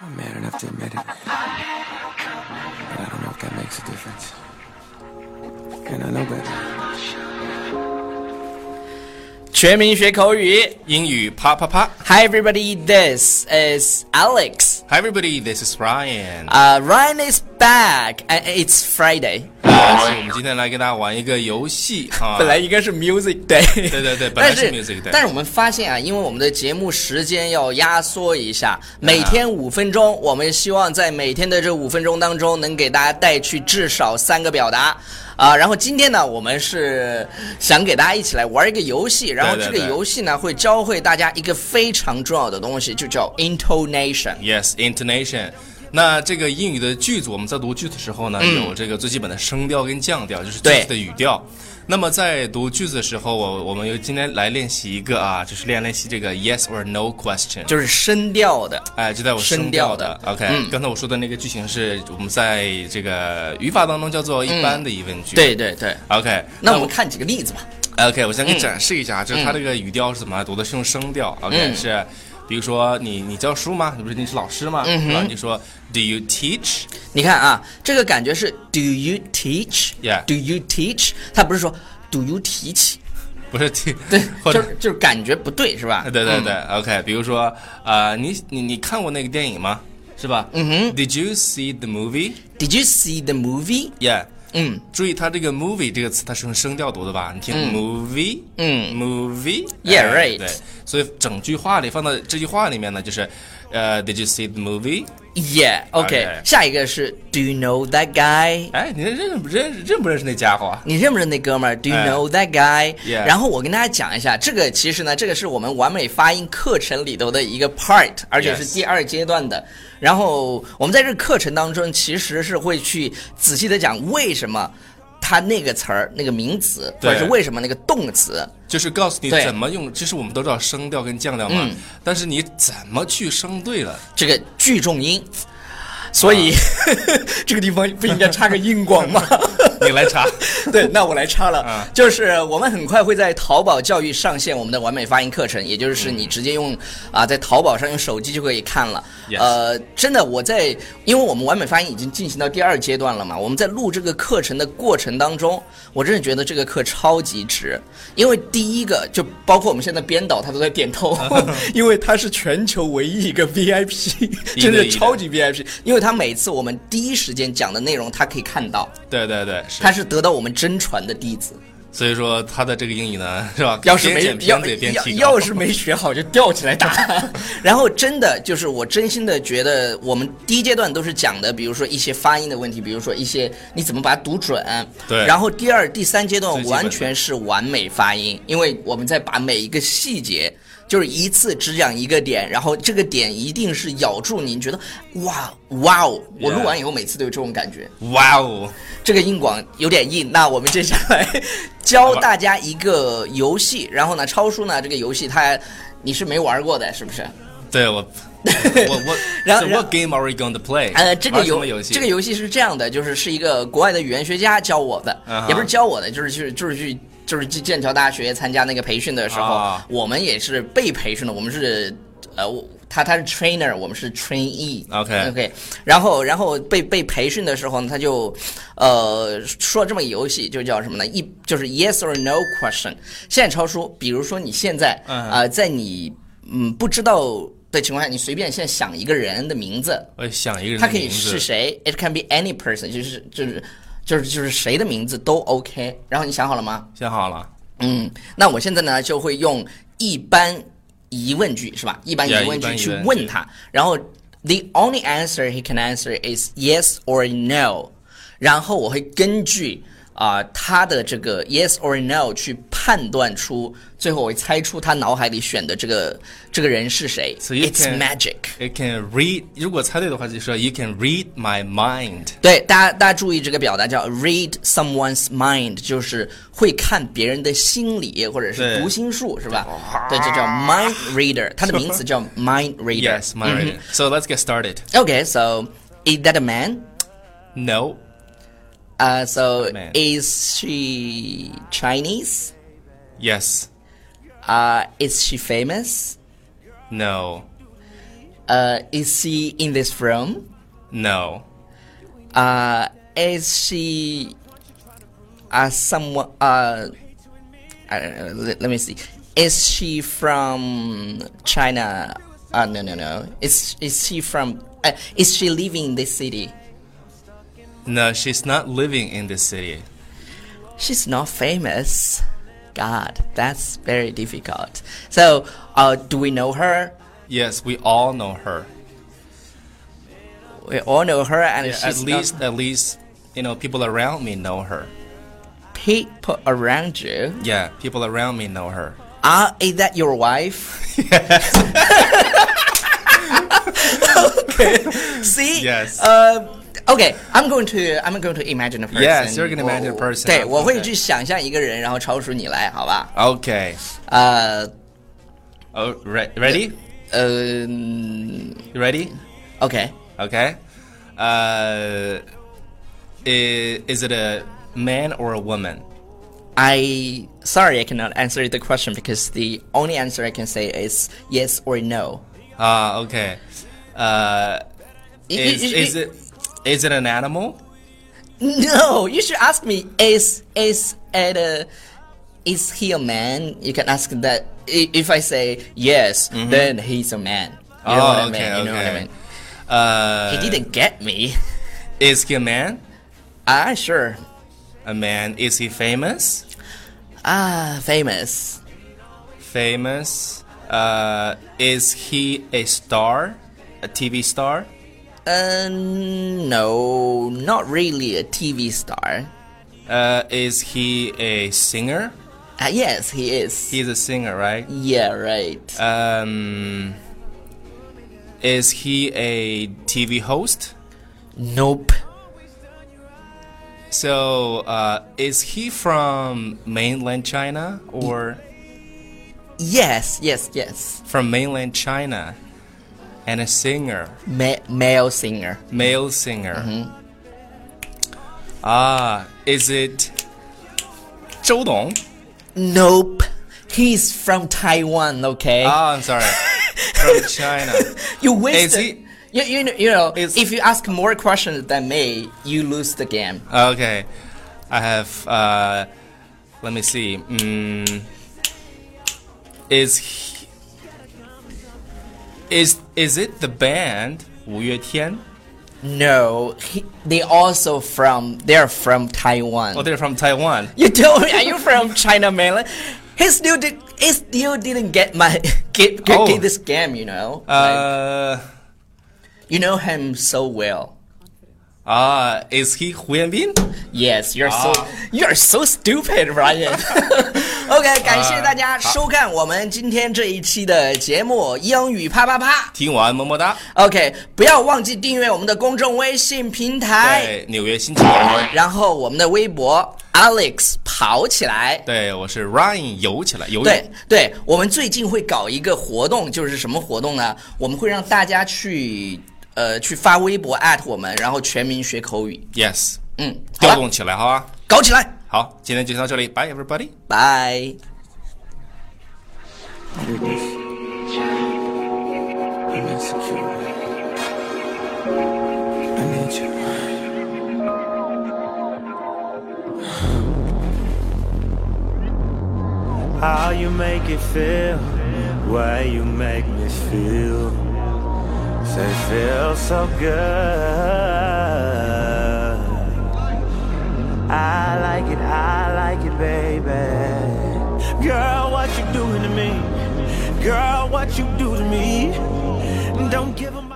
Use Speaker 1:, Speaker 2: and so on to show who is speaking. Speaker 1: I'm mad enough to admit it. But I don't know if that makes a difference. And I know better.
Speaker 2: 全民学口语
Speaker 3: 英语啪啪啪。
Speaker 2: ，Hi everybody, this is Alex.
Speaker 3: Hi everybody, this is Ryan。
Speaker 2: Uh, Ryan is back and it's Friday.
Speaker 3: 但是我们今天来跟大家玩一个游戏啊，
Speaker 2: 本来应该是 Music Day，
Speaker 3: 对对对本
Speaker 2: 但
Speaker 3: 来是
Speaker 2: 是
Speaker 3: Music Day
Speaker 2: 但是我们发现啊，因为我们的节目时间要压缩一 下，
Speaker 3: 啊
Speaker 2: 每天五分钟，我们希望在每天的这五分钟当中，能给大家带去至少三个表达。啊，然后今天呢，我们是想给大家一起来玩一个游戏，然后
Speaker 3: 对
Speaker 2: 这
Speaker 3: 对
Speaker 2: 个
Speaker 3: 对
Speaker 2: 游戏呢会教会大家一个非常重要的东西，就叫 intonation。
Speaker 3: Yes, intonation。那这个英语的句子，我们在读句子的时候呢，有这个最基本的声调跟降调，就是句
Speaker 2: 嗯对
Speaker 3: 子的语调。那么在读句子的时候，我我们又今天来练习一个啊，就是练练习这个 yes or no question。
Speaker 2: 就是声调的，
Speaker 3: 哎，就在我
Speaker 2: 声
Speaker 3: 声调
Speaker 2: 调的嗯
Speaker 3: OK，、刚才我说的那个句型是我们在这个语法当中叫做一般的疑问句。
Speaker 2: 嗯对对对。
Speaker 3: ，OK。
Speaker 2: 那我们看几个例子吧。
Speaker 3: OK，我先给
Speaker 2: 嗯
Speaker 3: 你展示一下，啊就是它这个语调是怎么来读的，是用声调。OK，、是，比如说你你教书吗？你不是你是老师吗？嗯、然后你说 Do you teach？
Speaker 2: 你看啊，这个感觉是 Do you teach?
Speaker 3: Yeah.
Speaker 2: Do you teach? 它不是说 Do you teach？
Speaker 3: 不是 teach，
Speaker 2: 对，
Speaker 3: 或者、
Speaker 2: 就是嗯就是感觉不对是吧？
Speaker 3: 对对对、o k 比如说呃，你你你看过那个电影吗？是吧？嗯哼，Did you see the movie？Yeah，
Speaker 2: Did you see the movie？嗯，
Speaker 3: 注意它这个 movie 这个词，它是用声调读的吧？你听 movie，嗯，movie。
Speaker 2: Yeah,
Speaker 3: 哎
Speaker 2: right
Speaker 3: 对，所以整句话里放到这句话里面呢，就是呃、d i d you see the movie？
Speaker 2: 啊 Yeah, OK，,
Speaker 3: OK
Speaker 2: 下一个是 Do you know that guy？
Speaker 3: 哎，你认认不认认不认识那家伙啊？
Speaker 2: 你认不认那哥们儿？Do you
Speaker 3: 哎
Speaker 2: know that guy？、
Speaker 3: Yeah
Speaker 2: 然后我跟大家讲一下，这个其实呢，这个是我们完美发音课程里头的一个 part，而且是
Speaker 3: Yes
Speaker 2: 第二阶段的。然后我们在这个课程当中，其实是会去仔细的讲为什么它那个词儿、那个名词，或
Speaker 3: 对
Speaker 2: 者是为什么那个动词。
Speaker 3: 就是告诉你
Speaker 2: 对嗯
Speaker 3: 怎么用，其实我们都知道声调跟降调嘛，但是你怎么去升对了？
Speaker 2: 这个聚重音，所以、 这个地方不应该插个硬广吗？
Speaker 3: 你来 查。
Speaker 2: 对，那我来插了，
Speaker 3: 啊
Speaker 2: 就是我们很快会在淘宝教育上线我们的完美发音课程，也就是
Speaker 3: 嗯
Speaker 2: 你直接用啊、在淘宝上用手机就可以看了。
Speaker 3: Yes
Speaker 2: 呃，真的，我在因为我们完美发音已经进行到第二阶段了嘛，我们在录这个课程的过程当中，我真的觉得这个课超级值，因为第一个就包括我们现在编导他都在点 头，因为他是全球唯一一个 VIP，
Speaker 3: 一
Speaker 2: 真的
Speaker 3: 对一的
Speaker 2: 超级 VIP，因为他每次我们第一时间讲的内容他可以看到。
Speaker 3: 对对对，是
Speaker 2: 他。是得到我们真传的弟子，
Speaker 3: 所以说他的这个英语呢，是吧？
Speaker 2: 要是
Speaker 3: 边
Speaker 2: 没
Speaker 3: 剪
Speaker 2: 要
Speaker 3: 片子也边
Speaker 2: 要
Speaker 3: 提高
Speaker 2: 要是没学好就吊起来 打。然后真的就是我真心的觉得，我们第一阶段都是讲的，比如说一些发音的问题，比如说一些你怎么把它读准。
Speaker 3: 对
Speaker 2: 然后第二、第三阶段
Speaker 3: 最基本的
Speaker 2: 完全是完美发音，因为我们在把每一个细节。就是一次只讲一个点，然后这个点一定是咬住你，你觉得哇哇哦！我
Speaker 3: Yeah
Speaker 2: 录完以后每次都有这种感觉。
Speaker 3: 哇哦，
Speaker 2: 这个硬广有点硬，那我们接下来教大家一个游戏，然后呢，超叔呢这个游戏他你是没玩过的，是不是？
Speaker 3: 对我我我
Speaker 2: 然后然后
Speaker 3: so What game are we going to play？
Speaker 2: 呃，这个
Speaker 3: 玩什
Speaker 2: 游
Speaker 3: 么游戏
Speaker 2: 这个游戏是这样的，就是是一个国外的语言学家教我的
Speaker 3: 嗯哼
Speaker 2: 也不是教我的，就是去就是去。就是去剑桥大学参加那个培训的时候
Speaker 3: 啊
Speaker 2: 我们也是被培训的，我们是呃，我他他是 trainer，我们是 trainee。
Speaker 3: OK
Speaker 2: OK，然后然后被被培训的时候呢，他就呃说这么一个游戏，就叫什么呢？一就是 yes or no question。现在超叔，比如说你现在
Speaker 3: 嗯
Speaker 2: 啊、呃在你嗯不知道的情况下，你随便现在想一个人的名字，
Speaker 3: 我想一个人
Speaker 2: 他
Speaker 3: 的
Speaker 2: 可以
Speaker 3: 名字
Speaker 2: 是谁，it can be any person，就是就是就是就是谁的名字都 OK。然后你想好了吗？
Speaker 3: 想好了。
Speaker 2: 嗯，那我现在呢就会用一般疑问句是吧？一般
Speaker 3: Yeah，
Speaker 2: 疑问句
Speaker 3: 一般疑问句
Speaker 2: 去问他，然后 the only answer he can answer is yes or no，然后我会根据啊、他的这个 yes or no 去判断出，最后我会猜出他脑海里选的这个这个人是谁。
Speaker 3: So you
Speaker 2: It's
Speaker 3: can-
Speaker 2: magic。
Speaker 3: It can read，如果猜对的话，就说 You can read my mind。
Speaker 2: 对，大家大家注意这个表达叫 read someone's mind，就是会看别人的心理或者是
Speaker 3: 对
Speaker 2: 读心术，是吧？对，这叫 mind reader，它的名词叫 mind reader。嗯
Speaker 3: Yes, my reading. So let's get started.
Speaker 2: Okay, so is that a man?
Speaker 3: No,
Speaker 2: Uh, so
Speaker 3: Man.
Speaker 2: is she Chinese?
Speaker 3: yes,
Speaker 2: Uh, is she famous?
Speaker 3: no,
Speaker 2: 呃，Is she in this room？
Speaker 3: No.
Speaker 2: 啊、i s she uh, 啊、someone 啊、呃 let let me see is she from China？啊、no no no is is she from 呃、is she living in this city？
Speaker 3: No, she's not living in this city.
Speaker 2: She's not famous. God, that's very difficult. So, uh, do we know her?
Speaker 3: Yes, we all know her.
Speaker 2: We all know her, and
Speaker 3: Yeah,
Speaker 2: she's
Speaker 3: at
Speaker 2: not-
Speaker 3: least, at least, you know, people around me know her.
Speaker 2: people around you.
Speaker 3: Yeah, people around me know her.
Speaker 2: Ah, is that your wife? okay. See.
Speaker 3: Yes.
Speaker 2: Uh, okay, I'm going to I'm going to imagine a person.
Speaker 3: Yes, you're gonna imagine a
Speaker 2: 我
Speaker 3: person.
Speaker 2: 对，
Speaker 3: Okay.
Speaker 2: 我会去想象一个人，然后超出你来，好吧？
Speaker 3: Okay.
Speaker 2: 呃
Speaker 3: Oh, re- ready?
Speaker 2: 呃 um,
Speaker 3: You ready?
Speaker 2: ，OK，
Speaker 3: Okay. Uh, is, is it a man or a woman?
Speaker 2: I sorry I cannot answer the question because the only answer I can say is yes or no.
Speaker 3: Ah, okay. Uh,
Speaker 2: You- you-
Speaker 3: is,
Speaker 2: you-
Speaker 3: is it is it an animal?
Speaker 2: No, you should ask me. Is is it a is he a man? You can ask that. I- If I say yes, then he's a man. You know what I
Speaker 3: Mm-hmm. Oh,
Speaker 2: mean?
Speaker 3: okay,
Speaker 2: You know what I
Speaker 3: okay.
Speaker 2: mean?
Speaker 3: Uh,
Speaker 2: He didn't get me.
Speaker 3: is he a man?
Speaker 2: Ah, sure.
Speaker 3: A man. Is he famous?
Speaker 2: Ah, famous.
Speaker 3: Famous. Uh, is he a star? A TV star?
Speaker 2: Uh, no, not really a TV star.
Speaker 3: Uh, is he a singer?
Speaker 2: Ah, yes, he is.
Speaker 3: He's a singer, right?
Speaker 2: yeah, right.
Speaker 3: Uh. Um, is he a TV host?
Speaker 2: nope.
Speaker 3: So, uh, is he from mainland China or
Speaker 2: Yes, yes, yes.
Speaker 3: from mainland China? And a singer,
Speaker 2: Ma- male singer.
Speaker 3: male singer. Ah, is it Zhou Dong?
Speaker 2: Nope. He's from Taiwan. Okay.
Speaker 3: Ah, I'm sorry, from China.
Speaker 2: You wasted.
Speaker 3: Is he-
Speaker 2: you, you know, you know
Speaker 3: Is-
Speaker 2: if you ask more questions than me, you lose the game.
Speaker 3: Okay, I have. Uh, let me see. Mm, is he, is is it the band Wu Yue Tian?
Speaker 2: No, he, they also from they're from Taiwan.
Speaker 3: Oh, they're from Taiwan.
Speaker 2: you told me, are you from China mainland? He still did. He still didn't get my get, get,
Speaker 3: Oh.
Speaker 2: get this game. You know, Like,
Speaker 3: Uh,
Speaker 2: you know him so well.
Speaker 3: ah, is he Hu Yanbin?
Speaker 2: Yes, you're so
Speaker 3: 啊
Speaker 2: you're so stupid, Ryan.
Speaker 3: Uh,
Speaker 2: OK，感谢大家收看我们今天这一期的节目《英语啪啪啪》。
Speaker 3: 听完么么哒。
Speaker 2: OK，不要忘记订阅我们的公众微信平台，
Speaker 3: 在纽约新青年，
Speaker 2: 然后我们的微博 Alex 跑起来。
Speaker 3: 对我是 Ryan 游起来游泳
Speaker 2: 对对，我们最近会搞一个活动，就是什么活动呢？我们会让大家去呃去发微博 at 我们，然后全民学口语。
Speaker 3: ，Yes，
Speaker 2: 嗯，好
Speaker 3: 调
Speaker 2: 了，
Speaker 3: 动起来，好吧？
Speaker 2: 搞起来，
Speaker 3: 好，今天就先到这里，Bye everybody。
Speaker 2: 拜。
Speaker 1: You're just an insecure man. I need you.
Speaker 4: How you make it feel, way you make me feel. They feel so good. I like it, I like it, baby. Girl, what you doing to me? Girl, what you do to me? Don't give 'em